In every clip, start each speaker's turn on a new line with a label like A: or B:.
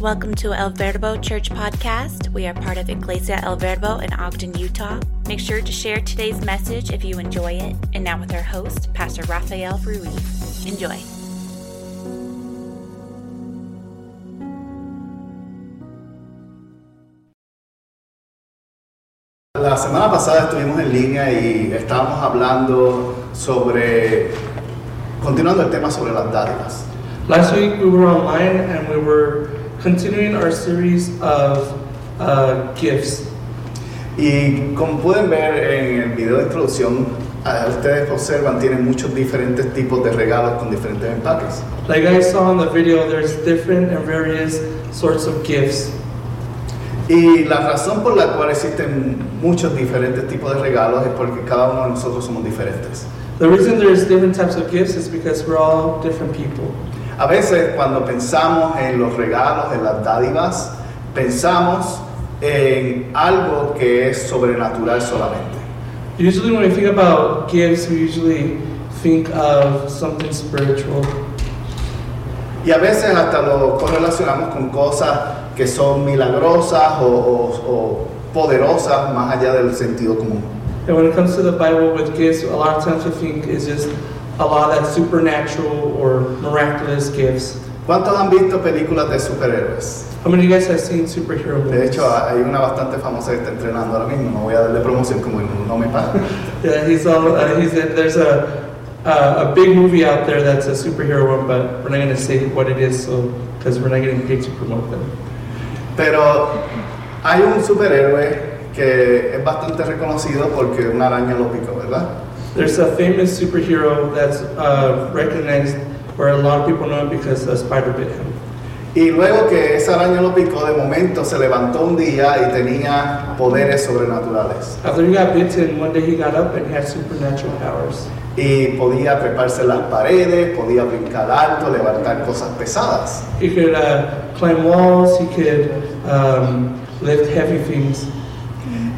A: Welcome to El Verbo Church Podcast. We are part of Iglesia El Verbo in Ogden, Utah. Make sure to share today's message if you enjoy it. And now with our host, Pastor Rafael Ruiz. Enjoy.
B: La semana pasada estuvimos en línea y estábamos hablando sobre, continuando el tema sobre las dádivas.
C: Last week we were online and we were continuing our series of uh, gifts.
B: Y como pueden ver en el video de introducción, ah, ustedes observan, tienen muchos diferentes tipos de regalos con diferentes empaques.
C: Like I saw in the video, there's different and various sorts of gifts.
B: Y la razón por la cual existen muchos diferentes tipos de regalos es porque cada uno de nosotros somos diferentes.
C: The reason there's different types of gifts is because we're all different people.
B: A veces cuando pensamos en los regalos, en las dádivas, pensamos en algo que es sobrenatural solamente.
C: Usually, when we think about gifts, we usually think of something spiritual.
B: Y a veces hasta lo correlacionamos con cosas que son milagrosas o, o- o poderosas más allá del sentido común.
C: And when it comes to the Bible with gifts, a lot of times we think it's just a lot of that supernatural or miraculous gifts.
B: ¿Cuántos han visto películas de superhéroes?
C: How many of you guys have seen superhero movies?
B: De hecho, hay una bastante famosa que está entrenando ahora mismo. No voy a darle promoción como no me pagan.
C: Yeah, he's all. Uh, he's in, there's a uh, a big movie out there that's a superhero one, but we're not gonna say what it is, so because we're not getting paid to promote them.
B: Pero hay un superhéroe que es bastante reconocido porque una araña lo picó, ¿verdad?
C: There's a famous superhero that's uh, recognized where a lot of people know him because a spider bit him.
B: Y luego que esa araña lo picó, de momento se levantó un día y tenía poderes sobrenaturales.
C: After he got bitten, one day he got up and he had supernatural powers.
B: Y podía treparse en las paredes, podía brincar alto, levantar cosas pesadas.
C: He could uh, climb walls. He could um, lift heavy things.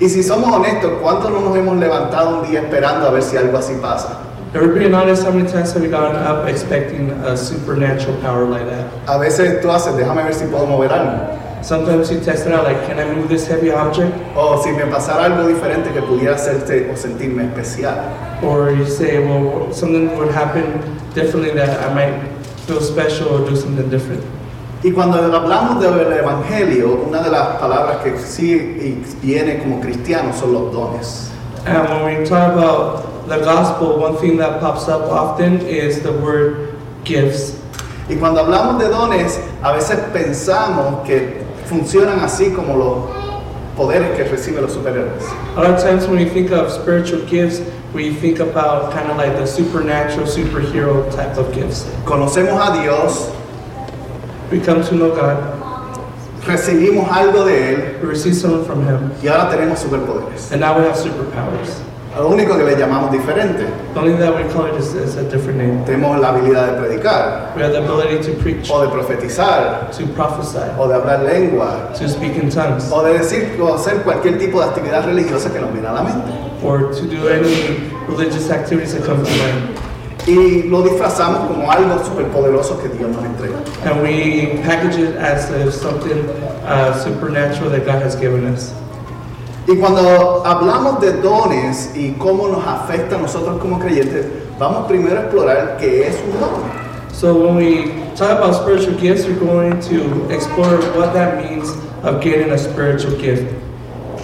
B: Y si somos honestos, ¿cuántos no nos hemos levantado un día esperando a ver si algo así pasa?
C: If we're being honest, how many times have we gone up expecting a supernatural power like that?
B: A veces tú haces, déjame ver si puedo mover algo.
C: Sometimes you test it out, like, can I move this heavy object?
B: O si me pasara algo diferente que pudiera hacerte o sentirme especial.
C: Or you say, well, something would happen differently that I might feel special or do something different.
B: Y cuando hablamos del Evangelio, una de las palabras que sí y viene como cristianos son los dones.
C: And when we talk about the gospel, one thing that pops up often is the word gifts.
B: Y cuando hablamos de dones, a veces pensamos que funcionan así como los poderes que reciben los superhéroes.
C: A lot of times when we think of spiritual gifts, we think about kind of like the supernatural, superhero type of gifts.
B: Conocemos a Dios,
C: We come to know God,
B: recibimos algo de Él
C: we receive something from Him,
B: y ahora tenemos superpoderes.
C: and now we have superpowers.
B: Lo único que le llamamos diferente,
C: The only that we call it is, is a different name.
B: tenemos la habilidad de predicar,
C: We have the ability to preach,
B: o de profetizar,
C: to prophesy,
B: o de hablar lengua,
C: to speak in tongues,
B: o de decir o hacer cualquier tipo de actividad religiosa que nos viene a la mente.
C: or to do any religious activities that come to mind.
B: Y lo disfrazamos como algo superpoderoso que Dios nos entrega.
C: And we package it as if something uh, supernatural that God has given us.
B: Y cuando hablamos de dones y cómo nos afecta a nosotros como creyentes, vamos primero a explorar qué es un don.
C: So when we talk about spiritual gifts, we're going to explore what that means of getting a spiritual gift.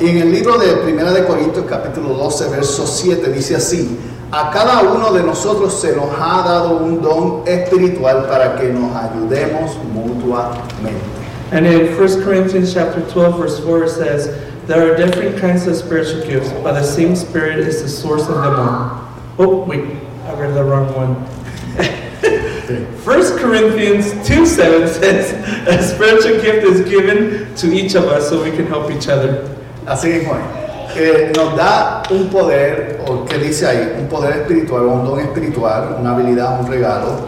B: Y en el libro de 1 de Corintios capítulo 12, verso 7 dice así, a cada uno de nosotros se nos ha dado un don espiritual para que nos ayudemos mutuamente.
C: And in 1 Corinthians chapter 12, verse 4, it says, There are different kinds of spiritual gifts, but the same Spirit is the source of them all. Oh, wait, I read the wrong one. 1 Corinthians 2 7 says, A spiritual gift is given to each of us so we can help each other.
B: Así mismo es. Que nos da un poder, o que dice ahí, un poder espiritual, un don espiritual, una habilidad, un regalo,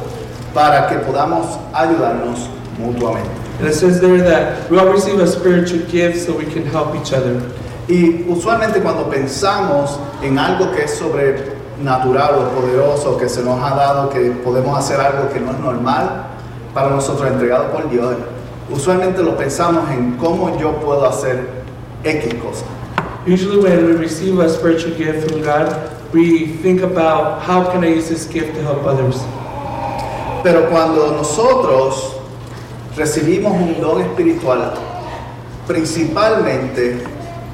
B: para que podamos ayudarnos mutuamente.
C: And it says there that we all receive a spiritual gift so we can help each other.
B: Y usualmente cuando pensamos en algo que es sobrenatural o poderoso, que se nos ha dado, que podemos hacer algo que no es normal, para nosotros entregado por Dios, usualmente lo pensamos en cómo yo puedo hacer X cosa.
C: Usually, when we receive a spiritual gift from God, we think about how can I use this gift to help others.
B: Pero cuando nosotros recibimos un don espiritual, principalmente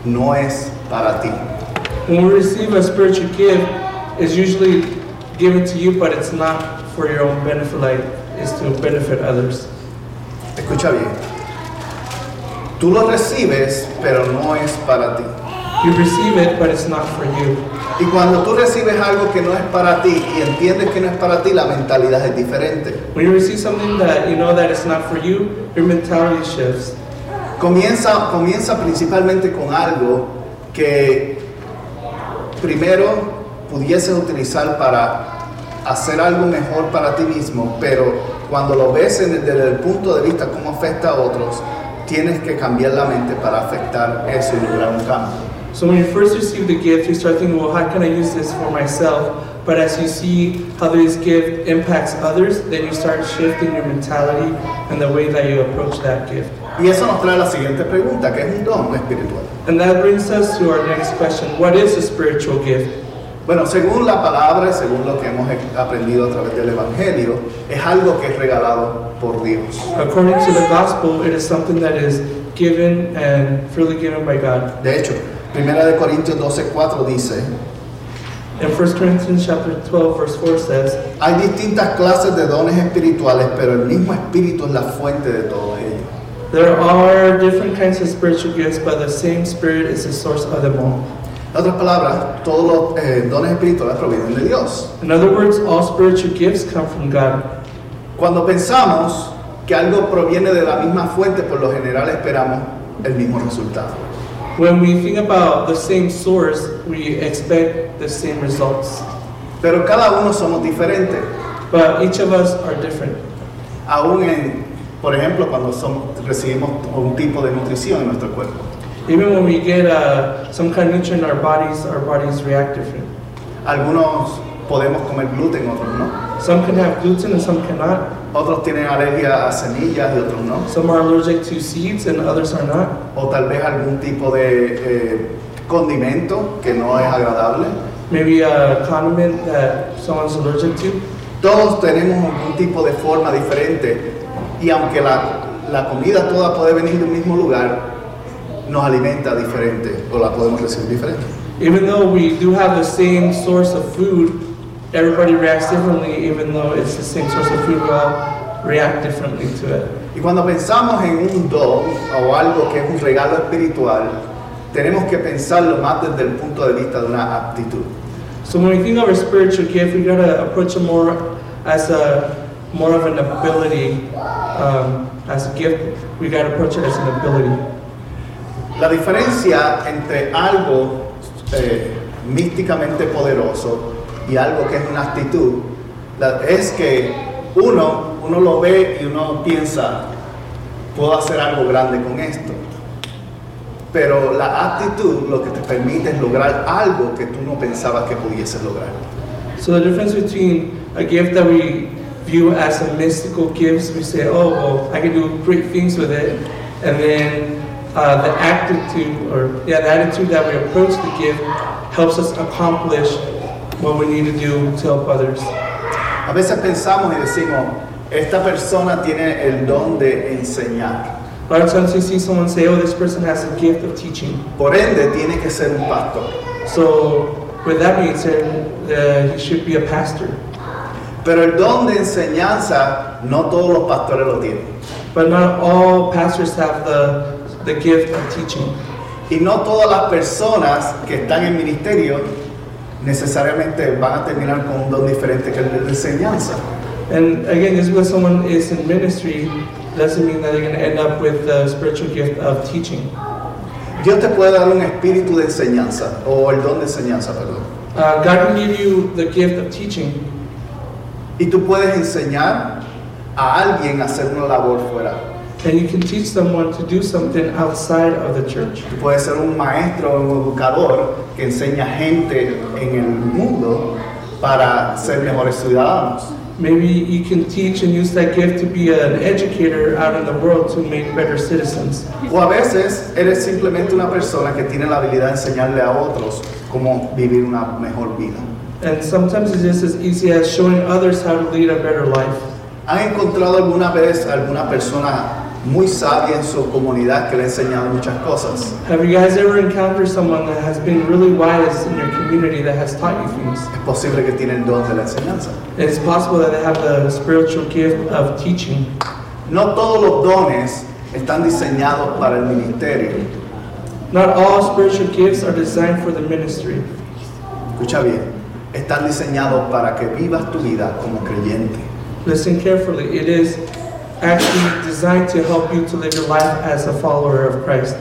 B: no es para ti.
C: When we receive a spiritual gift, it's usually given to you, but it's not for your own benefit, like it's to benefit others.
B: Escucha bien. Tú lo recibes, pero no es para ti.
C: You receive it, but it's not for you.
B: Y cuando tú recibes algo que no es para ti y entiendes que no es para ti, la mentalidad es diferente.
C: When you receive something that you know that it's not for you, your mentality shifts.
B: Comienza, comienza principalmente con algo que primero pudieses utilizar para hacer algo mejor para ti mismo, pero cuando lo ves en- desde el punto de vista cómo afecta a otros, tienes que cambiar la mente para afectar eso y lograr un cambio.
C: So when you first receive the gift, you start thinking, well, how can I use this for myself? But as you see how this gift impacts others, then you start shifting your mentality and the way that you approach that gift.
B: Y eso nos trae la siguiente pregunta, que es un don espiritual.
C: And that brings us to our next question. What is a spiritual gift?
B: Bueno, según la palabra y según lo que hemos aprendido a través del Evangelio, es algo que es regalado por Dios.
C: According to the gospel, it is something that is given and freely given by God.
B: De hecho, 1 Corintios 12:4 dice,
C: In 1 Corinthians chapter 12, verse 4 says,
B: hay distintas clases de dones espirituales, pero el mismo espíritu es la fuente de todos ellos.
C: There are different kinds of spiritual gifts, but the same spirit is the source of them all.
B: En otras palabras, todos los eh, dones espirituales provienen de Dios.
C: In other words, all spiritual gifts come from God.
B: Cuando pensamos que algo proviene de la misma fuente, por lo general esperamos el mismo resultado.
C: When we think about the same source, we expect the same results.
B: Pero cada uno somos diferentes.
C: But each of us are different.
B: aún en, por ejemplo, cuando somos- recibimos un tipo de nutrición en nuestro cuerpo.
C: Even when we get uh, some kind of nutrient in our bodies, our bodies react different.
B: Algunos podemos comer gluten, otros no.
C: Some can have gluten and some cannot.
B: Otros tienen alergia a semillas y otros no.
C: Some are allergic to seeds and others are not.
B: O tal vez algún tipo de eh, condimento que no es agradable.
C: Maybe a condiment that someone's allergic to.
B: Todos tenemos algún tipo de forma diferente y aunque la, la comida toda puede venir de un mismo lugar, nos alimenta diferente o la podemos recibir diferente.
C: Even though we do have the same source of food, everybody reacts differently, even though it's the same source of food, we all react differently to it.
B: Y cuando pensamos en un don o algo que es un regalo espiritual, tenemos que pensarlo más desde el punto de vista de una aptitud.
C: So when we think of a spiritual gift, we gotta approach it more as a more of an ability. Um, as a gift, we gotta approach it as an ability.
B: La diferencia entre algo eh, místicamente poderoso y algo que es una actitud la- es que uno, uno lo ve y uno piensa, puedo hacer algo grande con esto. Pero la actitud lo que te permite es lograr algo que tú no pensabas que pudieses lograr.
C: So the difference between a gift that we view as a mystical gift, we say, oh, well, I can do great things with it, and then uh, the attitude, or yeah, the attitude that we approach the gift helps us accomplish what we need to do to help others.
B: A veces pensamos y decimos, esta persona tiene el don de enseñar,
C: A lot of times you see someone say, oh, this person has a gift of teaching.
B: por ende tiene que ser un pastor.
C: So with that being said, uh, he should be a pastor.
B: Pero el don de enseñanza no todos los pastores lo tienen.
C: But not all pastors have the, the gift of teaching.
B: Y no todas las personas que están en ministerio necesariamente van a terminar con un don diferente que el de la enseñanza.
C: And again, just because someone is in ministry doesn't mean that they're going to end up with the spiritual gift of teaching.
B: Dios te puede dar un espíritu de enseñanza, o el don de enseñanza, perdón.
C: Uh, God can give you the gift of teaching,
B: Y tú puedes enseñar a alguien a hacer una labor fuera
C: and you can teach someone to do something outside of the church.
B: Puede ser un maestro o un educador que enseña gente en el mundo para ser mejores ciudadanos.
C: Maybe you can teach and use that gift to be an educator out in the world to make better citizens.
B: O a veces eres simplemente una persona que tiene la habilidad de enseñarle a otros cómo vivir una mejor vida.
C: And sometimes it's just as easy as showing others how to lead a better life.
B: ¿Han encontrado alguna vez alguna persona muy sabia en su comunidad que le ha enseñado muchas cosas?
C: Have you guys ever encountered someone that has been really wise in your community that has taught you things?
B: Es posible que tienen don de la enseñanza.
C: It's possible that they have the spiritual gift of teaching.
B: No todos los dones están diseñados para el ministerio.
C: Not all spiritual gifts are designed for the ministry.
B: Escucha bien, están diseñados para que vivas tu vida como creyente.
C: Listen carefully. It is actually designed to help you to live your life as a follower of Christ.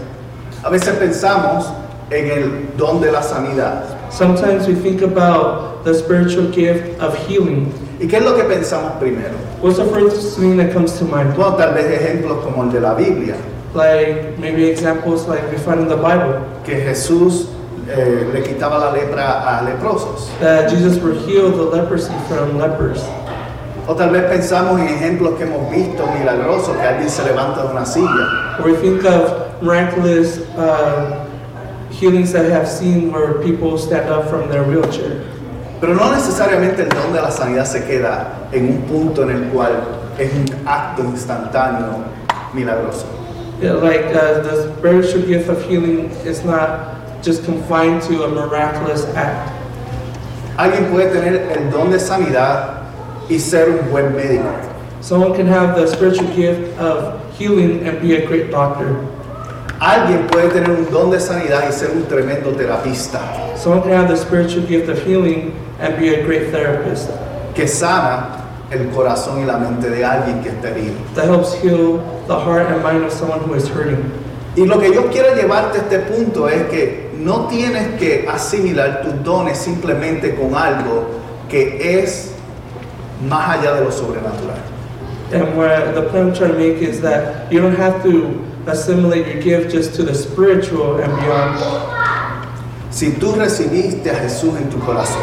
B: A veces pensamos en el don de la sanidad.
C: Sometimes we think about the spiritual gift of healing.
B: ¿Y qué es lo que pensamos primero?
C: What's the first thing that comes to mind?
B: Bueno, tal vez ejemplos como el de la Biblia,
C: Like maybe examples like we find in the Bible
B: que Jesús eh, le quitaba la lepra a leprosos.
C: that Jesus will heal the leprosy from lepers.
B: O tal vez pensamos en ejemplos que hemos visto milagrosos, que alguien se levanta de una silla.
C: Or we think of miraculous uh, healings that I have seen where people stand up from their wheelchair.
B: Pero no necesariamente el don de la sanidad se queda en un punto en el cual es un acto instantáneo milagroso.
C: Yeah, like uh, the spiritual gift of healing is not just confined to a miraculous act.
B: Alguien puede tener el don de sanidad y ser un buen médico.
C: Someone can have the spiritual gift of healing and be a great doctor.
B: Alguien puede tener un don de sanidad y ser un tremendo terapista
C: Someone can have the spiritual gift of healing and be a great therapist
B: que sana el corazón y la mente de alguien que está herido.
C: that helps heal the heart and mind of someone who is hurting.
B: Y lo que yo quiero llevarte a este punto es que no tienes que asimilar tus dones simplemente con algo que es más allá de lo sobrenatural.
C: And where the point I'm trying to make is that you don't have to assimilate your gift just to the spiritual and beyond.
B: Si tú recibiste a Jesús en tu corazón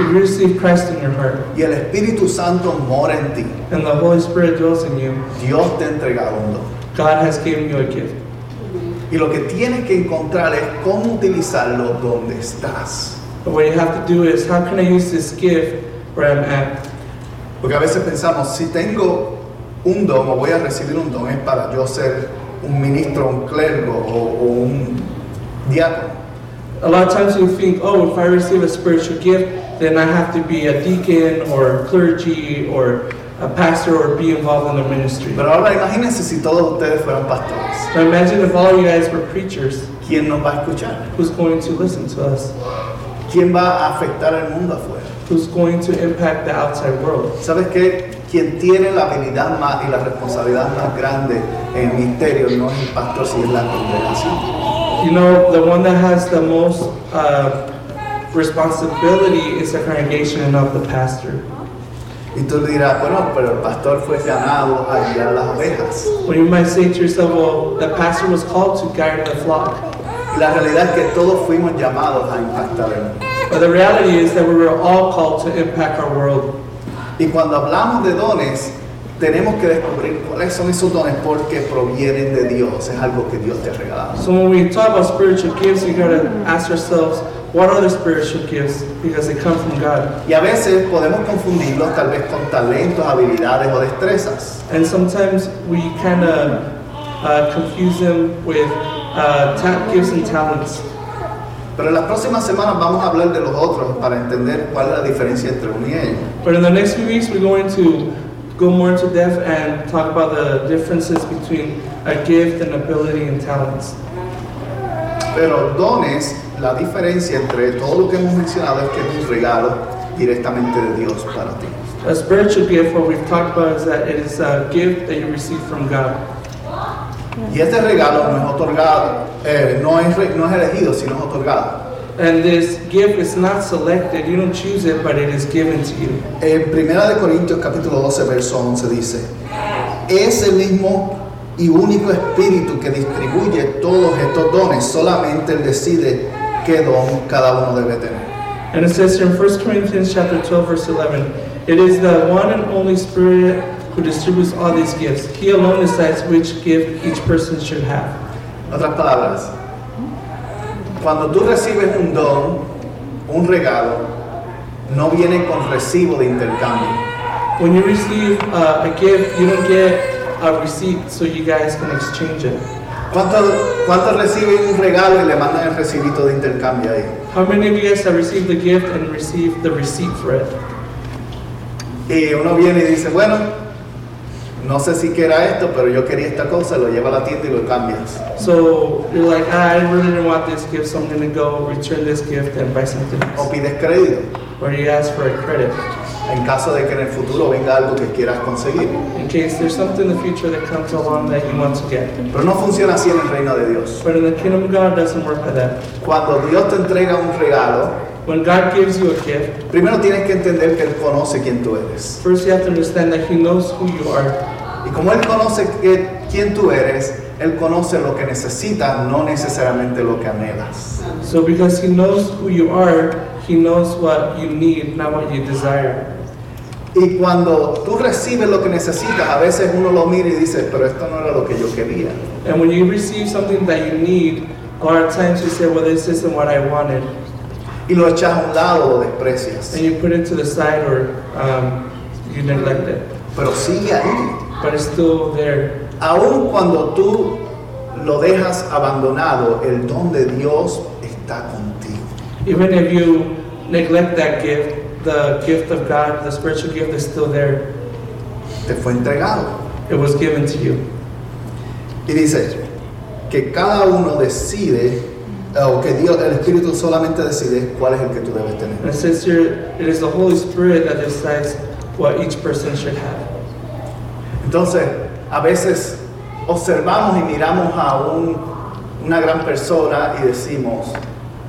C: If you receive Christ in your heart
B: y el Espíritu Santo mora en ti,
C: and the Holy Spirit dwells in you,
B: Dios te ha entregado un don.
C: God has given you a gift.
B: Y lo que tienes que encontrar es cómo utilizarlo donde estás.
C: But what you have to do is, how can I use this gift where I'm at?
B: Porque a veces pensamos, si tengo un don o voy a recibir un don es para yo ser un ministro, un clérigo o, o un diácono.
C: A lot of times you think, oh, if I receive a spiritual gift, then I have to be a deacon or clergy or a pastor or be involved in the ministry. But
B: Pero ahora imagínense si todos ustedes fueran pastores.
C: now imagine if all you guys were preachers,
B: ¿Quién nos va a escuchar?
C: who's going to listen to us?
B: ¿Quién va a afectar al mundo afuera?
C: Who's going to impact the outside world?
B: ¿Sabes qué? Quien tiene la habilidad más y la responsabilidad más grande en el ministerio no es el pastor, sino es la congregación.
C: You know, the one that has the most uh, responsibility is the congregation and not the pastor.
B: Y tú dirás, bueno, pero el pastor fue llamado a guiar las ovejas.
C: Well, you might say to yourself, well, the pastor was called to guide the flock.
B: La realidad es que todos fuimos llamados a impactar el mundo.
C: But the reality is that we were all called to impact our world.
B: Y cuando hablamos de dones, tenemos que descubrir cuáles son esos dones porque provienen de Dios. Es algo que Dios te ha regalado.
C: So when we talk about spiritual gifts, we gotta ask ourselves, what are the spiritual gifts? Because they come from God.
B: Y a veces podemos confundirlos tal vez con talentos, habilidades o destrezas.
C: And sometimes we kind of uh, confuse them with uh, ta- gifts and talents.
B: Pero en las próximas semanas vamos a hablar de los otros para entender cuál es la diferencia entre uno y ellos.
C: But in the next few weeks, we're going to go more into depth and talk about the differences between a gift and ability and talents.
B: Pero dones, la diferencia entre todo lo que hemos mencionado es que es un regalo directamente de Dios para ti.
C: A spiritual gift, what we've talked about, is that it is a gift that you receive from God.
B: Y este regalo no es otorgado, eh, no, es, re- no es elegido, sino es otorgado.
C: And this gift is not selected, you don't choose it, but it is given to you.
B: En 1 Corintios capítulo 12, verso 11 dice, es el mismo y único espíritu que distribuye todos estos dones, solamente él decide qué don cada uno debe tener.
C: And it says here in 1 Corinthians chapter 12, verse 11, It is the one and only Spirit who distributes all these gifts. He alone decides which gift each person should have.
B: En otras palabras, cuando tú recibes un don, un regalo, no viene con recibo de intercambio.
C: When you receive uh, a gift, you don't get a receipt so you guys can exchange it.
B: ¿Cuántos cuántos reciben un regalo y le mandan el recibito de intercambio ahí?
C: How many of you guys have received the gift and received the receipt for it?
B: Y uno viene y dice, bueno, no sé si quiera esto, pero yo quería esta cosa, lo lleva a la tienda y lo cambias.
C: So you're like, ah, I really didn't want this gift, so I'm gonna go return this gift and buy something
B: O
C: else.
B: pides crédito,
C: Or you ask for a credit
B: en caso de que en el futuro venga algo que quieras conseguir.
C: in case there's something in the future that comes along that you want to get.
B: Pero no funciona así en el reino de Dios.
C: But in the kingdom of God, it doesn't work like that.
B: Cuando Dios te entrega un regalo,
C: When God gives you a gift,
B: primero tienes que entender que Él conoce quién tú eres.
C: first you have to understand that He knows who you are.
B: Y como Él conoce que- quién tú eres, Él conoce lo que necesitas, no necesariamente lo que anhelas.
C: So because He knows who you are, He knows what you need, not what you desire.
B: Y cuando tú recibes lo que necesitas, a veces uno lo mira y dice, pero esto no era lo que yo quería.
C: And when you receive something that you need, a lot of times you say, well, this isn't what I wanted.
B: y lo echas a un lado, lo desprecias.
C: And you put it to the side or um, you neglect it.
B: Pero sigue ahí.
C: But it's still there.
B: Aun cuando tú lo dejas abandonado, el don de Dios está contigo.
C: Even if you neglect that gift, the gift of God, the spiritual gift is still there.
B: Te fue entregado.
C: It was given to you.
B: Y dice que cada uno decide, o que Dios, el Espíritu solamente decide cuál es el que tú debes tener.
C: And it says here, it is the Holy Spirit that decides what each person should have.
B: Entonces, a veces observamos y miramos a un- una gran persona y decimos,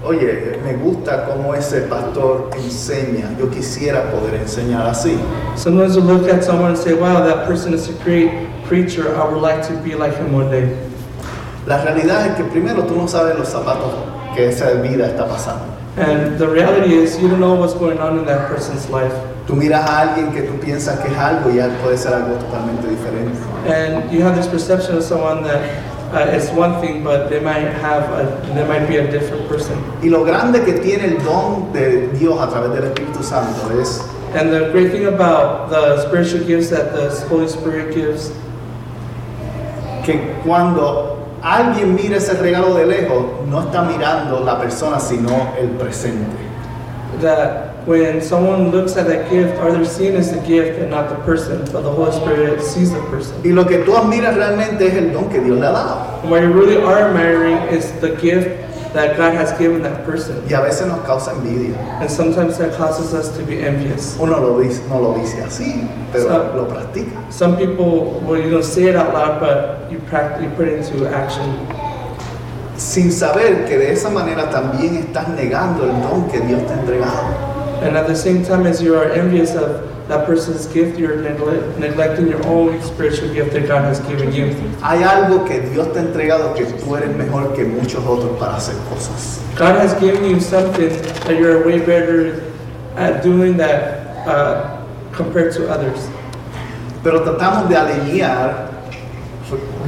B: oye, me gusta cómo ese pastor enseña, yo quisiera poder enseñar así.
C: Sometimes we look at someone and say, wow, that person is a great preacher. I would like to be like him one day.
B: La realidad es que primero tú no sabes los zapatos que esa vida está pasando.
C: And the reality is, you don't know what's going on in that person's life.
B: Tú miras a alguien que tú piensas que es algo y puede ser algo totalmente diferente.
C: and you have this perception of someone that uh, it's one thing, but they might have a, they might be a different person.
B: Y lo grande que tiene el don de Dios a través del Espíritu Santo es
C: And the great thing about the spiritual gifts that the Holy Spirit gives
B: que cuando alguien mira ese regalo de lejos, no está mirando la persona, sino el presente.
C: that when someone looks at that gift, all they're seeing is the gift and not the person, but the Holy Spirit sees the person.
B: Y lo que tú admiras realmente es el don que Dios le ha dado.
C: And what you really are admiring is the gift that God has given that person.
B: Y a veces nos causa envidia.
C: And sometimes that causes us to be envious.
B: Uno lo dice, no lo dice así, pero lo practica.
C: Some people, well, you don't say it out loud, but you practice, you put it into action.
B: Sin saber que de esa manera también estás negando el don que Dios te ha entregado.
C: And at the same time as you are envious of that person's gift, you're negle- neglecting your own spiritual gift that God has given you.
B: Hay algo que Dios te ha entregado que tú eres mejor que muchos otros para hacer cosas.
C: God has given you something that you're way better at doing that uh, compared to others.
B: Pero tratamos de alinear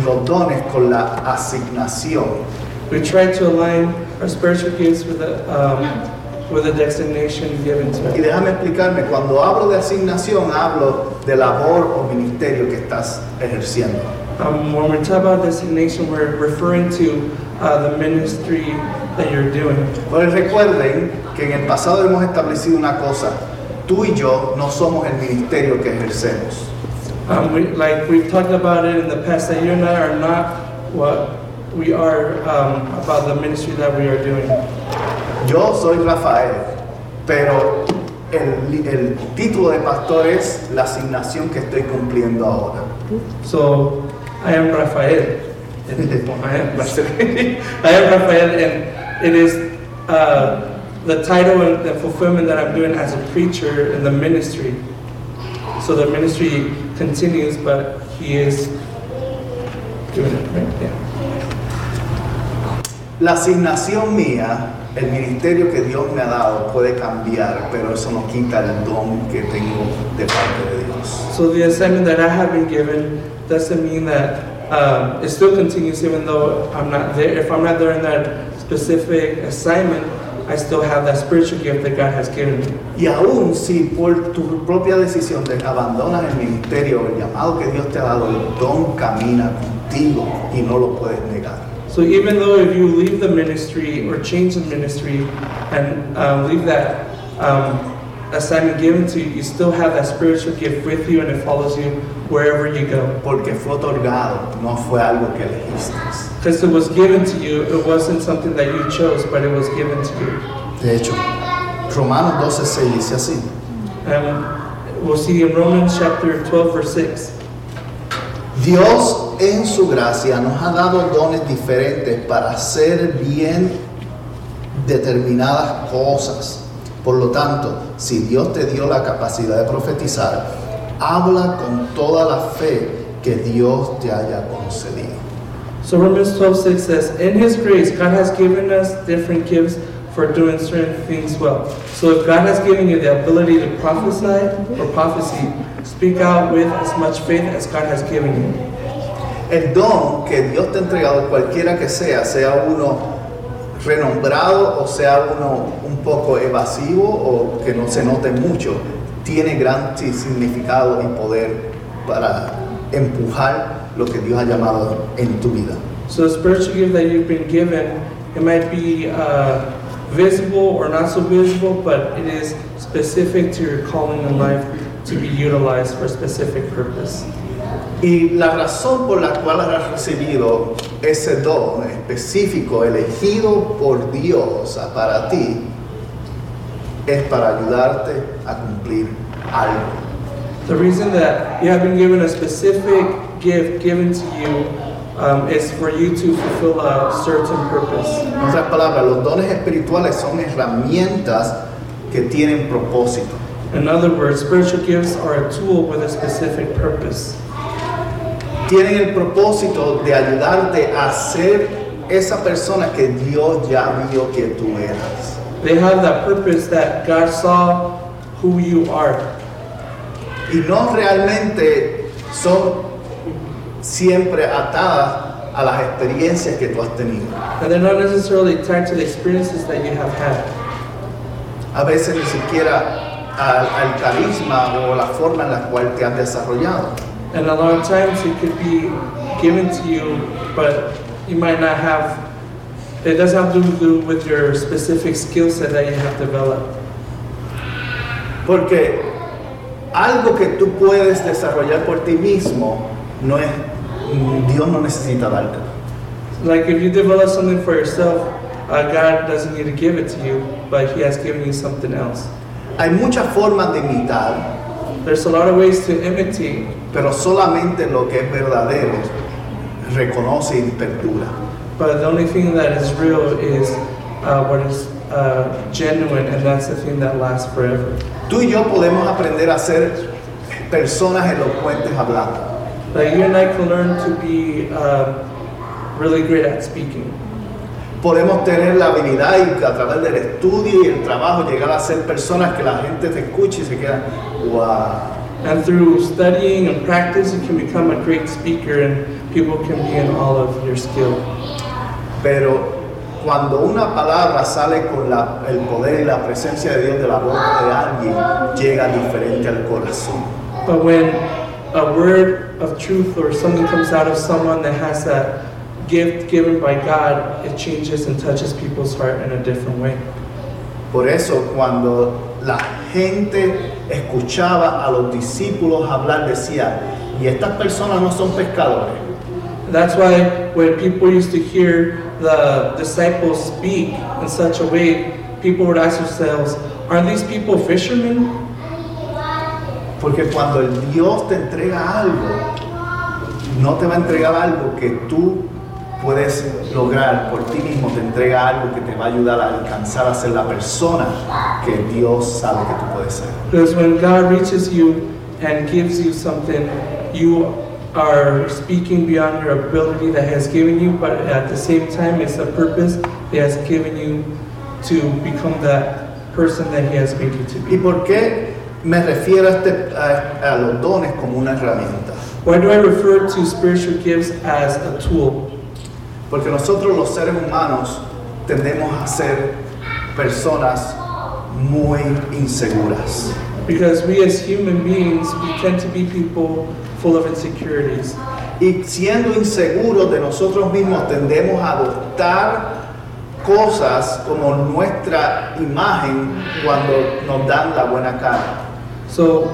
B: los dones con la asignación.
C: We try to align our spiritual gifts with the, um, with the designation given to
B: Y
C: it.
B: déjame explicarme, cuando hablo de asignación hablo de labor o ministerio que estás ejerciendo.
C: Um, when we talk about designation, we're referring to uh, the ministry that you're doing.
B: Pero recuerden que en el pasado hemos establecido una cosa, tú y yo no somos el ministerio que ejercemos.
C: Um, we, like we've talked about it in the past, that you and I are not what we are um, about the ministry that we are doing.
B: Yo soy Rafael, pero el, el título de pastor es la asignación que estoy cumpliendo ahora.
C: So I am Rafael. And, I am I am Rafael, and it is uh, the title and the fulfillment that I'm doing as a preacher in the ministry. So the ministry continues, but he is doing it right. Yeah.
B: La asignación mía, el ministerio que Dios me ha dado puede cambiar, pero eso no quita el don que tengo de parte de Dios.
C: So the assignment that I have been given doesn't mean that um, it still continues even though I'm not there. If I'm not there in that specific assignment, I still have that spiritual gift that God has given me.
B: Y aún si por tu propia decisión de abandonas el ministerio, el llamado que Dios te ha dado, el don camina contigo y no lo puedes negar.
C: So even though if you leave the ministry or change the ministry and um, leave that um, assignment given to you, you still have that spiritual gift with you and it follows you wherever you go.
B: Porque fue otorgado, no fue algo que elegiste.
C: Because it was given to you, it wasn't something that you chose, but it was given to you.
B: De hecho, Romanos 12, 6 dice así.
C: And Um, we'll see in Romans chapter 12, verse 6.
B: Dios en su gracia nos ha dado dones diferentes para hacer bien determinadas cosas. Por lo tanto, si Dios te dio la capacidad de profetizar, habla con toda la fe que Dios te haya concedido.
C: So Romans 12, 6 says, In His grace, God has given us different gifts for doing certain things well. So if God has given you the ability to prophesy or prophecy, speak out with as much faith as God has given you.
B: El don que Dios te ha entregado, cualquiera que sea, sea uno renombrado o sea uno un poco evasivo o que no se note mucho, tiene gran si- significado y poder para empujar lo que Dios ha llamado en tu vida.
C: So the spiritual gift that you've been given, it might be uh, visible or not so visible, but it is specific to your calling in life to be utilized for a specific purpose.
B: Y la razón por la cual has recibido ese don específico elegido por Dios para ti es para ayudarte a cumplir algo.
C: The reason that you have been given a specific gift given to you um, is for you to fulfill a certain purpose.
B: En otras palabras, los dones espirituales son herramientas que tienen propósito.
C: In other words, spiritual gifts are a tool with a specific purpose.
B: Tienen el propósito de ayudarte a ser esa persona que Dios ya vio que tú eras.
C: They have that purpose that God saw who you are.
B: Y no realmente son siempre atadas a las experiencias que tú has tenido.
C: And they're not necessarily tied to the experiences that you have had.
B: A veces ni siquiera al, al carisma o la forma en la cual te has desarrollado.
C: And a lot of times it could be given to you, but you might not have, it doesn't have to do with your specific skill set that you have developed.
B: Porque algo que tú puedes desarrollar por ti mismo no es Dios no necesita darte.
C: Like if you develop something for yourself, uh, God doesn't need to give it to you, but He has given you something else.
B: Hay muchas formas de imitar,
C: There's a lot of ways to imitate,
B: pero solamente lo que es verdadero reconoce y perdura.
C: but the only thing that is real is uh, what is uh, genuine, and that's the thing that lasts forever.
B: Tú y yo podemos aprender a ser personas elocuentes hablando,
C: Like you and I can learn to be um, really great at speaking.
B: podemos tener la habilidad y a través del estudio y el trabajo llegar a ser personas que la gente te escuche y se queda, wow.
C: And through studying and practice, you can become a great speaker and people can be in all of your skill.
B: Pero cuando una palabra sale con la- el poder y la presencia de Dios de la boca de alguien, llega diferente al corazón.
C: But when a word of truth or something comes out of someone that has that gift given by God, it changes and touches people's heart in a different way.
B: Por eso cuando la gente escuchaba a los discípulos hablar, decía, y estas personas no son pescadores.
C: That's why when people used to hear the disciples speak in such a way, people would ask themselves, Are these people fishermen?
B: Porque cuando el Dios te entrega algo, no te va a entregar algo que tú puedes lograr por ti mismo, te entrega algo que te va a ayudar a alcanzar a ser la persona que Dios sabe que tú puedes ser.
C: Because when God reaches you and gives you something, you are speaking beyond your ability that He has given you, but at the same time, it's a purpose He has given you to become that person that He has made you to
B: ¿Y
C: be.
B: por qué me refiero a, este- a- a los dones como una herramienta?
C: Why do I refer to spiritual gifts as a tool?
B: Porque nosotros los seres humanos tendemos a ser personas muy inseguras.
C: Because we as human beings, we tend to be people full of insecurities.
B: Y siendo inseguros de nosotros mismos tendemos a adoptar cosas como nuestra imagen cuando nos dan la buena cara.
C: So,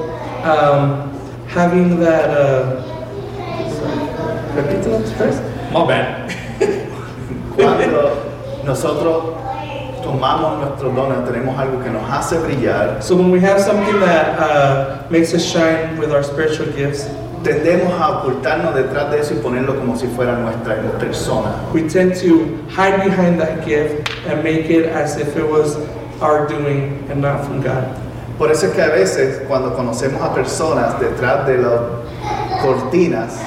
C: um, having that, uh, repeat that first?
D: My bad.
B: Cuando nosotros tomamos nuestros dones, tenemos algo que nos hace brillar,
C: So when we have something that uh, makes us shine with our spiritual gifts,
B: tendemos a ocultarnos detrás de eso y ponerlo como si fuera nuestra persona.
C: we tend to hide behind that gift and make it as if it was our doing and not from God.
B: Por eso es que a veces cuando conocemos a personas detrás de las cortinas,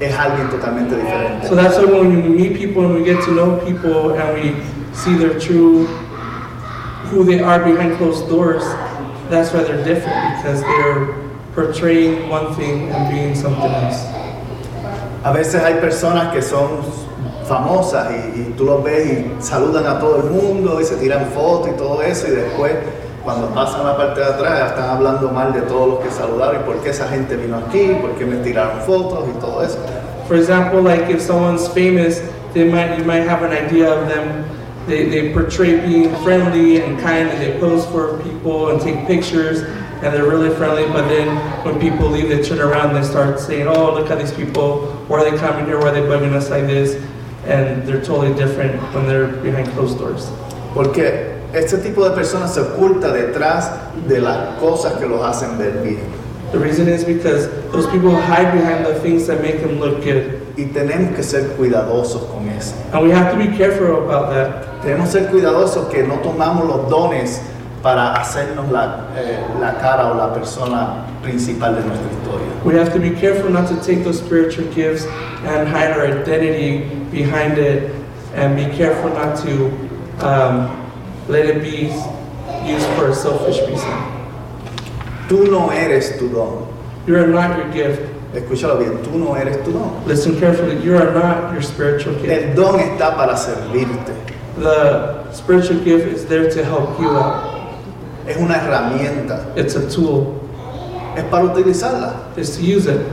B: es alguien totalmente diferente.
C: So that's why when we meet people and we get to know people and we see their true who they are behind closed doors, that's why they're different because they're portraying one thing and being something else.
B: A veces hay personas que son famosas y, y tú los ves y saludan a todo el mundo y se tiran fotos y todo eso y después cuando pasan la parte de atrás están hablando mal de todos los que saludaron y por qué esa gente vino aquí, por qué me tiraron fotos y todo eso.
C: For example, like if someone's famous, they might you might have an idea of them. They, they portray being friendly and kind, and they pose for people and take pictures, and they're really friendly. But then when people leave, they turn around and they start saying, "Oh, look at these people! Why are they coming here? Why are they bugging us like this?" And they're totally different when they're behind closed doors.
B: Porque este tipo de personas se oculta detrás de las cosas que los hacen ver bien.
C: The reason is because those people hide behind the things that make them look good,
B: Y tenemos que ser cuidadosos con eso.
C: and we have to be careful about that.
B: Tenemos que ser cuidadosos que no tomamos los dones para hacernos la, eh, la cara o la persona principal de nuestra historia.
C: We have to be careful not to take those spiritual gifts and hide our identity behind it, and be careful not to um, let it be used for a selfish reason.
B: Tú no eres tu don.
C: You are not your gift.
B: Escúchalo bien, tú no eres tu don.
C: Listen carefully. You are not your spiritual gift.
B: El don está para servirte.
C: The spiritual gift is there to help you out.
B: Es una herramienta.
C: It's a tool.
B: Es para utilizarla.
C: It's to use it.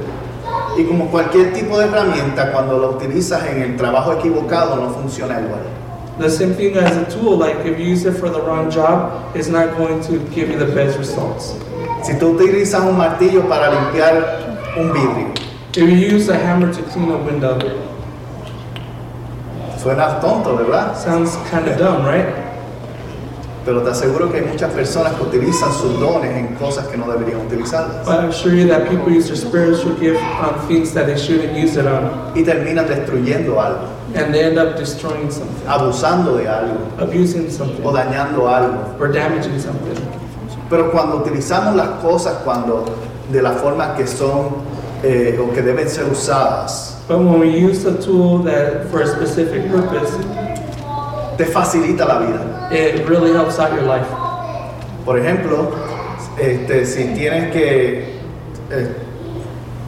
B: Y como cualquier tipo de herramienta, cuando la utilizas en el trabajo equivocado no funciona igual.
C: The same thing as a tool. Like if you use it for the wrong job, it's not going to give you the best results.
B: Si tú utilizas un martillo para limpiar un vidrio,
C: If you use a hammer to clean a window,
B: suena tonto, ¿verdad?
C: Sounds kind of dumb, right?
B: Pero te aseguro que hay muchas personas que utilizan sus dones en cosas que no deberían utilizarlas
C: But I'm sure you that people use their spiritual gift on things that they shouldn't use it on,
B: y terminan destruyendo algo,
C: and they end up destroying something,
B: abusando de algo
C: abusing
B: o
C: something,
B: dañando algo.
C: or damaging something.
B: Pero cuando utilizamos las cosas cuando de la forma que son eh, o que deben ser usadas,
C: But when we use a tool that for a specific purpose,
B: te facilita la vida.
C: it really helps out your life.
B: Por ejemplo, este, si tienes que eh,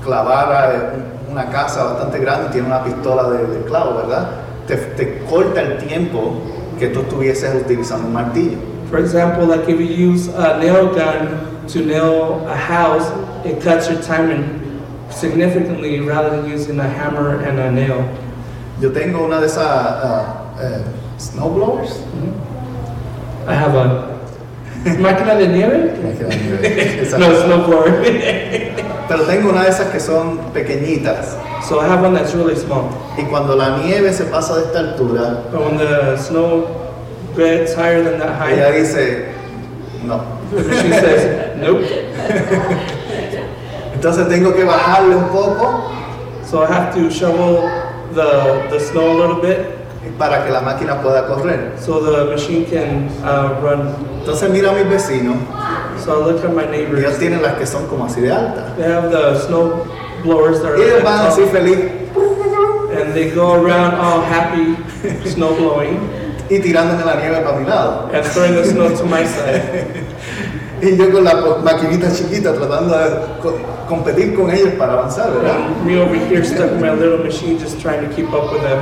B: clavar a una casa bastante grande y tienes una pistola de, de clavo, ¿verdad? Te, te corta el tiempo que tú estuvieses utilizando un martillo.
C: For example, like if you use a nail gun to nail a house, it cuts your time in significantly rather than using a hammer and a nail.
B: Yo tengo una de esas ah, eh, snowblowers.
C: I have a máquina de nieve.
B: Me queda bien. Esa-
C: No, it's no floor.
B: Pero tengo una de esas que son pequeñitas
C: so I have one that's really small.
B: y cuando la nieve se pasa de esta altura,
C: But when the snow bed's higher than that
B: ella
C: height,
B: dice no.
C: she says, nope.
B: Entonces tengo que bajarle un poco
C: So I have to shovel the, the snow a little bit
B: para que la máquina pueda correr.
C: so the machine can uh, run.
B: Entonces mira a mis vecinos,
C: So I look at my
B: ellos
C: neighbors.
B: tienen las que son como así de altas.
C: They have the snow blowers that are
B: Ellos van
C: like
B: así feliz
C: up, and they go around all happy, snow blowing,
B: y tirándome la nieve para mi lado.
C: and throwing the snow to my side.
B: Y yo con la po- maquinita chiquita tratando de co- competir con ellos para avanzar, ¿verdad?
C: And me over here stuck in my little machine, just trying to keep up with them.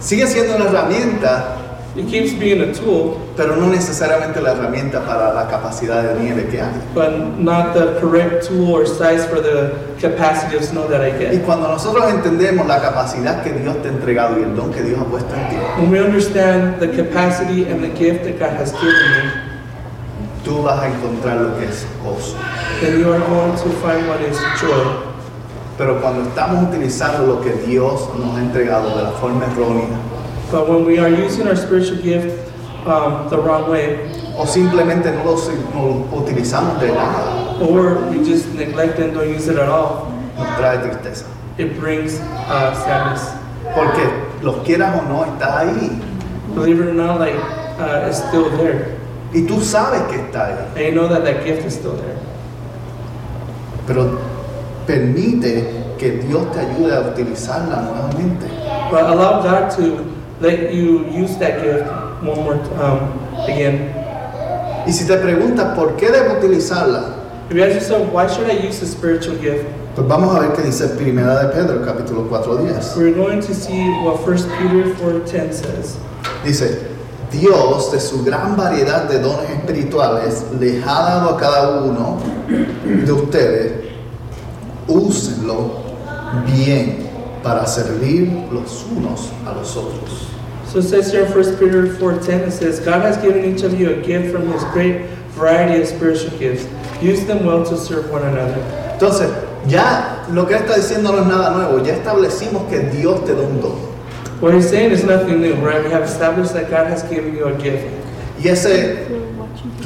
B: Sigue siendo una herramienta,
C: It keeps being a tool,
B: pero no necesariamente la herramienta para la capacidad de nieve que hay.
C: but not the correct tool or size for the capacity of snow that I
B: Y
C: get.
B: cuando nosotros entendemos la capacidad que Dios te ha entregado y el don que Dios ha puesto en ti,
C: When we understand the capacity and the gift that God has given me,
B: tú vas a encontrar lo que es gozo.
C: then you are going to find what is joy.
B: Pero cuando estamos utilizando lo que Dios nos ha entregado de la forma errónea,
C: But when we are using our spiritual gift um, the wrong way,
B: o simplemente no lo si- no lo utilizamos de nada,
C: or we just neglect and don't use it at all,
B: nos trae tristeza.
C: it brings uh, sadness.
B: Porque los quieras o no, está ahí.
C: Believe it or not, like uh, it's still there,
B: Y tú sabes que está ahí.
C: and you know that that gift is still there.
B: Pero permite que Dios te ayude a utilizarla nuevamente.
C: But allow God to let you use that gift one more um, again.
B: Y si te preguntas por qué debo utilizarla,
C: If you ask yourself, why should I use the spiritual gift?
B: pues vamos a ver qué dice Primera de Pedro, capítulo 4, 10.
C: We're going to see what 1 Peter 4:10 says.
B: Dice, Dios de su gran variedad de dones espirituales les ha dado a cada uno de ustedes, úsenlo bien para servir los unos a los otros.
C: So it says here in 1 Peter 4.10, it says, God has given each of you a gift from his great variety of spiritual gifts. Use them well to serve one another.
B: Entonces, ya lo que él está diciendo no es nada nuevo, ya establecimos que Dios te da un don.
C: What he's saying is nothing new, right? We have established that God has given you a gift.
B: Y ese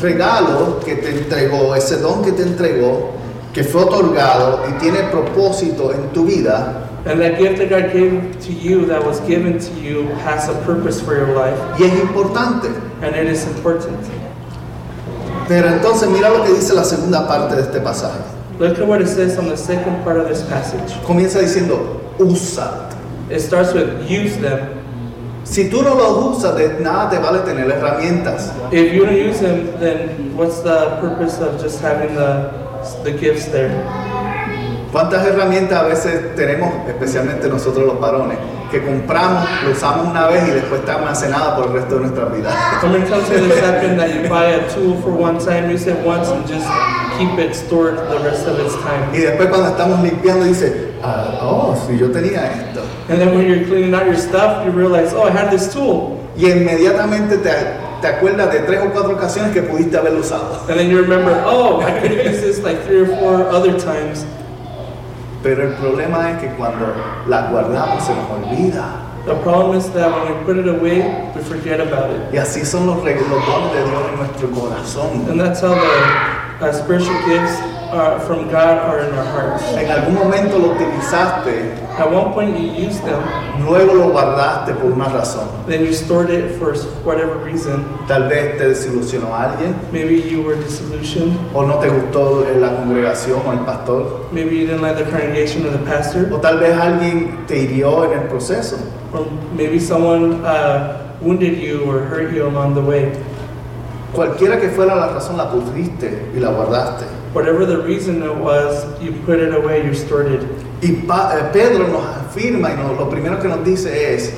B: regalo que te entregó, ese don que te entregó, que fue otorgado y tiene propósito en tu vida,
C: And that gift that God gave to you, that was given to you, has a purpose for your life.
B: y es importante.
C: And it is important.
B: Pero entonces mira lo que dice la segunda parte de este pasaje.
C: Look at what it says on the second part of this passage.
B: Comienza diciendo, usa.
C: It starts with, use them.
B: Si tú no los usas, de nada te vale tener herramientas.
C: If you don't use them, then what's the purpose of just having the, the gifts there?
B: ¿Cuántas herramientas a veces tenemos, especialmente nosotros los varones, que compramos, lo usamos una vez y después está almacenada por el resto de nuestra vida?
C: When it comes to this happen that you buy a tool for one time, use it once and just keep it stored the rest of its time.
B: Y después cuando estamos limpiando dice, "Ah, oh, si yo tenía esto.
C: And then when you're cleaning out your stuff, you realize, oh, I had this tool.
B: Y inmediatamente te, te acuerdas de tres o cuatro ocasiones que pudiste haberlo usado.
C: And then you remember, oh, I could have used this like three or four other times.
B: Pero el problema es que cuando las guardamos se nos olvida.
C: The problem is that when we put it away, we forget about it.
B: Y así son los regalos de Dios en nuestro corazón.
C: And that's how the uh, spiritual gifts uh, from God are in our hearts.
B: En algún momento lo utilizaste,
C: At one point, you used them,
B: luego lo guardaste por una razón.
C: then you stored it for whatever reason.
B: Tal vez te desilusionó a alguien,
C: Maybe you were disillusioned.
B: o no te gustó la congregación o el pastor,
C: Maybe you didn't like the congregation or the pastor,
B: o tal vez alguien te hirió en el proceso.
C: or maybe someone uh, wounded you or hurt you along the way.
B: Cualquiera que fuera la razón, la pudriste y la guardaste.
C: Whatever the reason it was, you put it away, you stored it.
B: Y Pa- eh, Pedro nos afirma y nos- lo primero que nos dice es,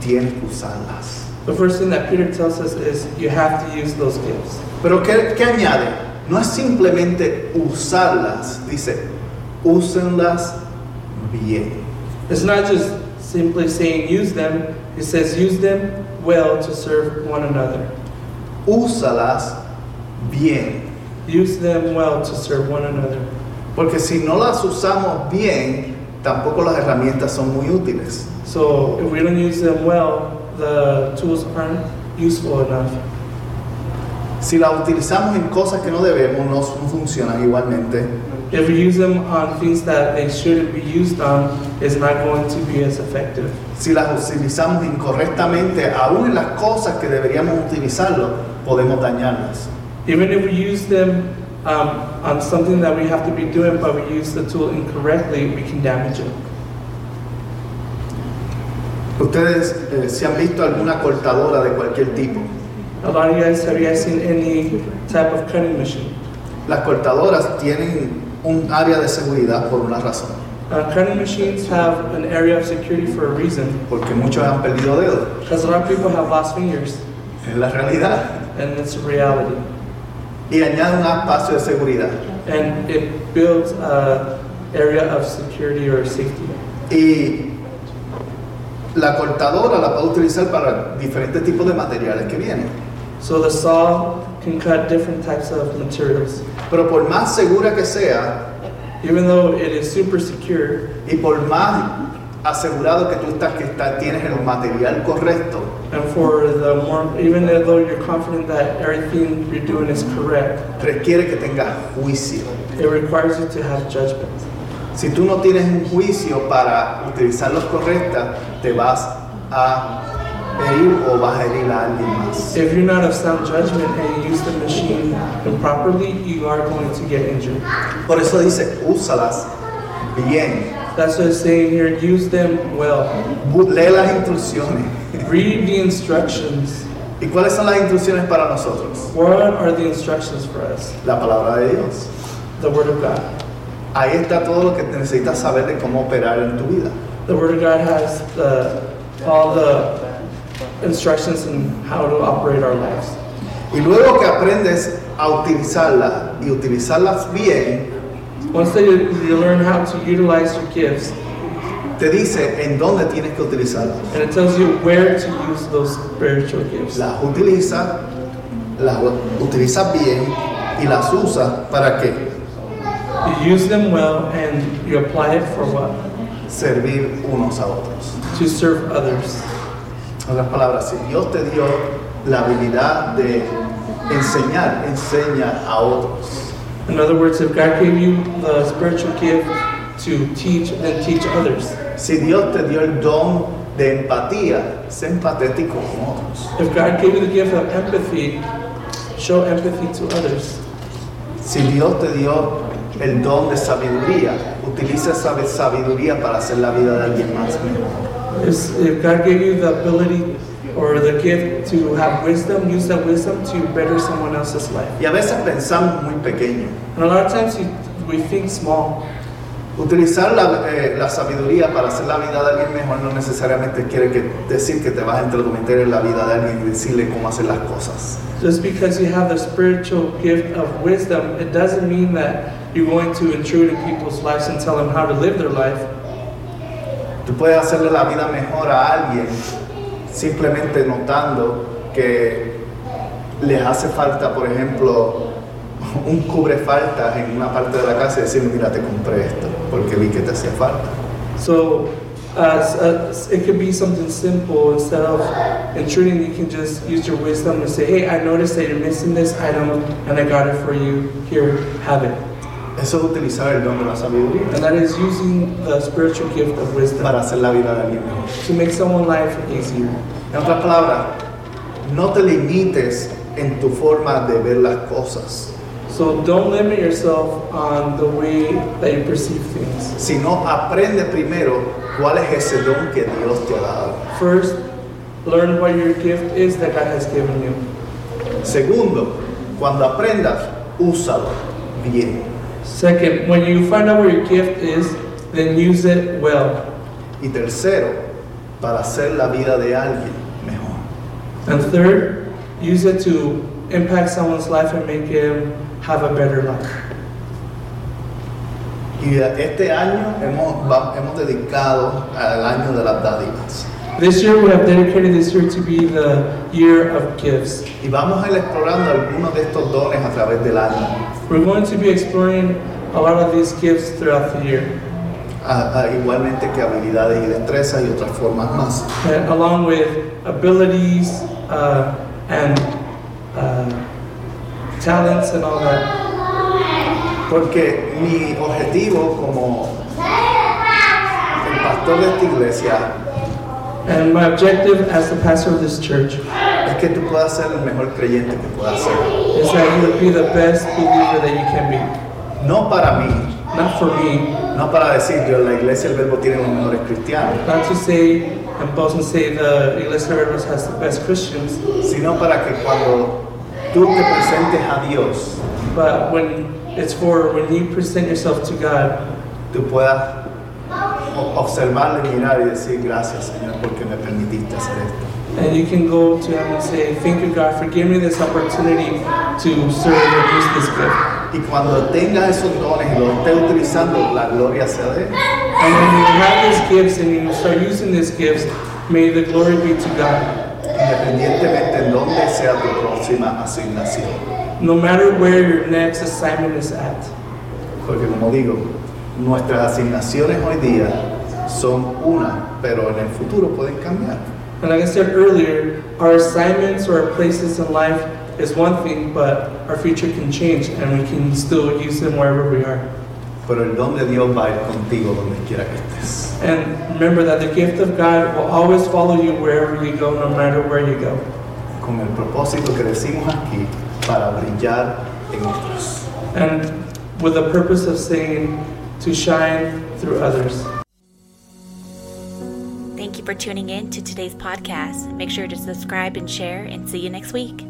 B: tienes que usarlas.
C: The first thing that Peter tells us is you have to use those gifts.
B: Pero ¿qué, qué añade? No es simplemente usarlas, dice, úsenlas bien.
C: It's not just simply saying use them, it says use them well to serve one another.
B: Úsalas bien.
C: Use them well to serve one another.
B: Porque si no las usamos bien, tampoco las herramientas son muy útiles.
C: So if we don't use them well, the tools aren't useful enough.
B: Si las utilizamos en cosas que no debemos, no fun- funcionan igualmente.
C: If we use them on things that they shouldn't be used on, it's not going to be as effective.
B: Si las utilizamos incorrectamente, aún en las cosas que deberíamos utilizarlo, podemos dañarlas.
C: Even if we use them um, on something that we have to be doing, but we use the tool incorrectly, we can damage it.
B: Ustedes eh, si han visto alguna cortadora de cualquier tipo.
C: A lot of you guys, have you guys seen any type of cutting machine?
B: Las cortadoras tienen un área de seguridad por una razón,
C: Uh, cutting machines have an area of security for a reason,
B: porque muchos han perdido dedos.
C: because a lot of people have lost fingers,
B: Es la realidad.
C: and it's a reality.
B: Y añade un espacio de seguridad.
C: And it builds a area of security or safety.
B: Y la cortadora la puede utilizar para diferentes tipos de materiales que vienen.
C: So the saw can cut different types of materials.
B: Pero por más segura que sea
C: Even though it is super secure,
B: y por más asegurado que tú estás que está- tienes el material correcto,
C: and for the more, even though you're confident that everything you're doing is correct,
B: requiere que tengas juicio.
C: it requires you to have judgment.
B: Si tú no tienes un juicio para utilizarlos correcta, te vas a herir o vas a herir a alguien más.
C: If you're not of sound judgment and you use the machine improperly, you are going to get injured.
B: Por eso dice, úsalas bien,
C: That's what it's saying here. Use them well.
B: Bu- lee las instrucciones.
C: Read the instructions.
B: ¿Y cuáles son las instrucciones para nosotros?
C: What are the instructions for us?
B: La palabra de Dios.
C: The Word of God.
B: Ahí está todo lo que necesitas saber de cómo operar en tu vida.
C: The Word of God has the, all the instructions on how to operate our lives.
B: Y luego que aprendes a utilizarlas y utilizarlas bien,
C: Once that you, you learn how to utilize your gifts,
B: te dice en dónde tienes que utilizarlas.
C: and it tells you where to use those spiritual gifts.
B: las utilizas, las u- utilizas bien y las usas para qué?
C: You use them well, and you apply it for what?
B: Servir unos a otros.
C: To serve others.
B: En otras palabras, si Dios te dio la habilidad de enseñar, enseña a otros.
C: In other words, if God gave you the spiritual gift to teach, then teach others.
B: Si Dios te dio el don de empatía, sé empatético con otros.
C: If God gave you the gift of empathy, show empathy to others.
B: Si Dios te dio el don de sabiduría, utiliza esa ve- sabiduría para hacer la vida de alguien más mejor.
C: If, if God gave you the ability or the gift to have wisdom, use that wisdom to better someone else's life.
B: Y a veces pensamos muy pequeño.
C: And a lot of times you, we think small.
B: Utilizar la, eh, la sabiduría para hacer la vida de alguien mejor no necesariamente quiere que, decir que te vas a entrometer en la vida de alguien y decirle cómo hacer las cosas.
C: Just because you have the spiritual gift of wisdom, it doesn't mean that you're going to intrude in people's lives and tell them how to live their life.
B: Tú puedes hacerle la vida mejor a alguien simplemente notando que les hace falta, por ejemplo, un cubre faltas en una parte de la casa y decirle, mira, te compré esto porque vi que te hacía falta.
C: So, uh, s- uh, s- it could be something simple. Instead of intruding, you can just use your wisdom and say, "Hey, I noticed that you're missing this item, and I got it for you. Here, have it."
B: Eso es utilizar el don de la sabiduría
C: And that is using the spiritual gift of wisdom
B: para hacer la vida de alguien mejor.
C: to make someone's life easier.
B: En otras palabras, no te limites en tu forma de ver las cosas,
C: So don't limit yourself on the way that you perceive things.
B: sino aprende primero cuál es ese don que Dios te ha dado.
C: First, learn what your gift is that God has given you.
B: Segundo, cuando aprendas, úsalo bien.
C: Second, when you find out what your gift is, then use it well.
B: Y tercero, para hacer la vida de alguien mejor.
C: And third, use it to impact someone's life and make him have a better life.
B: Y este año hemos, va- hemos dedicado al año de las dádivas.
C: This year, we have dedicated this year to be the year of gifts.
B: Y vamos a ir explorando algunos de estos dones a través del año.
C: We're going to be exploring a lot of these gifts throughout the year,
B: A- a- igualmente que habilidades y destrezas y otras formas más.
C: and uh, along with abilities uh, and uh, talents and all that.
B: Porque mi objetivo como el pastor de esta iglesia
C: And my objective as the pastor of this church
B: es es que tú puedas ser el mejor creyente que puedas ser.
C: is that you would be the best believer that you can be.
B: No para mí,
C: Not for me,
B: no para decir yo, la iglesia del verbo tiene los mejores cristianos,
C: not to say and boast and say the Iglesia Rivers has the best Christians,
B: sino para que cuando tú te presentes a Dios,
C: but when it's for when you present yourself to God,
B: tú puedas o- observarle, mirar y decir gracias Señor porque me permitiste hacer esto.
C: and you can go to Him and say, "Thank you, God, for giving me this opportunity to serve and use this gift."
B: Y cuando tengas esos dones y los estés utilizando, la gloria sea de Él.
C: And when you have these gifts and you start using these gifts, may the glory be to God.
B: independientemente en dónde sea tu próxima asignación.
C: No matter where your next assignment is at.
B: Porque como digo, nuestras asignaciones hoy día son una, pero en el futuro pueden cambiar.
C: And like I said earlier, our assignments or our places in life is one thing, but our future can change and we can still use them wherever we are.
B: Pero el don de Dios va a ir contigo donde quiera que estés.
C: And remember that the gift of God will always follow you wherever you go, no matter where you go.
B: Con el propósito que decimos aquí para brillar en otros.
C: And with the purpose of saying to shine through others.
A: Thank you for tuning in to today's podcast. Make sure to subscribe and share, and see you next week.